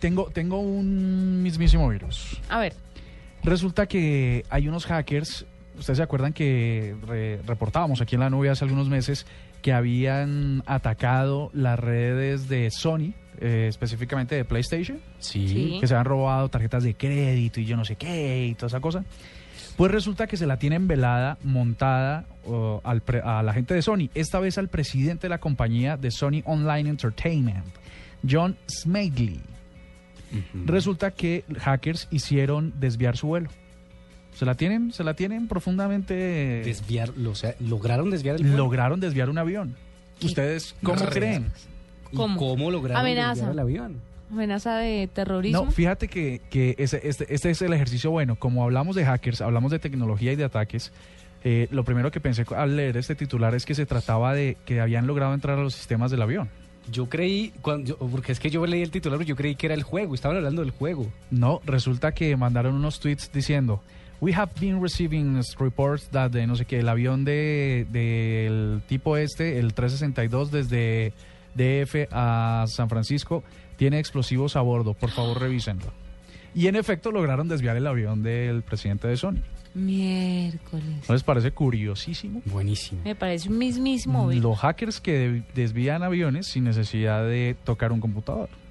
Tengo, tengo un mismísimo virus. A ver, Resulta que hay unos hackers, ustedes se acuerdan que re- reportábamos aquí en la nube hace algunos meses que habían atacado las redes de Sony, eh, específicamente de PlayStation, Sí. que se han robado tarjetas de crédito y yo no sé qué y toda esa cosa. Pues resulta que se la tienen velada, montada oh, al pre- a la gente de Sony, esta vez al presidente de la compañía de Sony Online Entertainment, John Smedley. Resulta que hackers hicieron desviar su vuelo. ¿Se la tienen? ¿Se la tienen profundamente? Desviar, lo- o sea, lograron desviar el vuelo? Lograron desviar un avión. ¿Y ¿Ustedes cómo Re- creen? ¿Y ¿Cómo? ¿Cómo? lograron Amenaza. desviar el avión? amenaza de terrorismo. No, fíjate que, que ese- este, este es el ejercicio bueno. Como hablamos de hackers, hablamos de tecnología y de ataques, eh, lo primero que pensé al leer este titular es que se trataba de que habían logrado entrar a los sistemas del avión. Yo creí, cuando, yo- porque es que yo leí el titular, pero yo creí que era el juego, estaban hablando del juego. No, resulta que mandaron unos tweets diciendo, we have been receiving reports that de no sé qué, el avión de del tipo este, el 362 desde DF a San Francisco tiene explosivos a bordo, por favor revísenlo. Y en efecto lograron desviar el avión del presidente de Sony. Miércoles. ¿No les parece curiosísimo? Buenísimo. Me parece un mismísimo virus. Los hackers que desvían aviones sin necesidad de tocar un computador.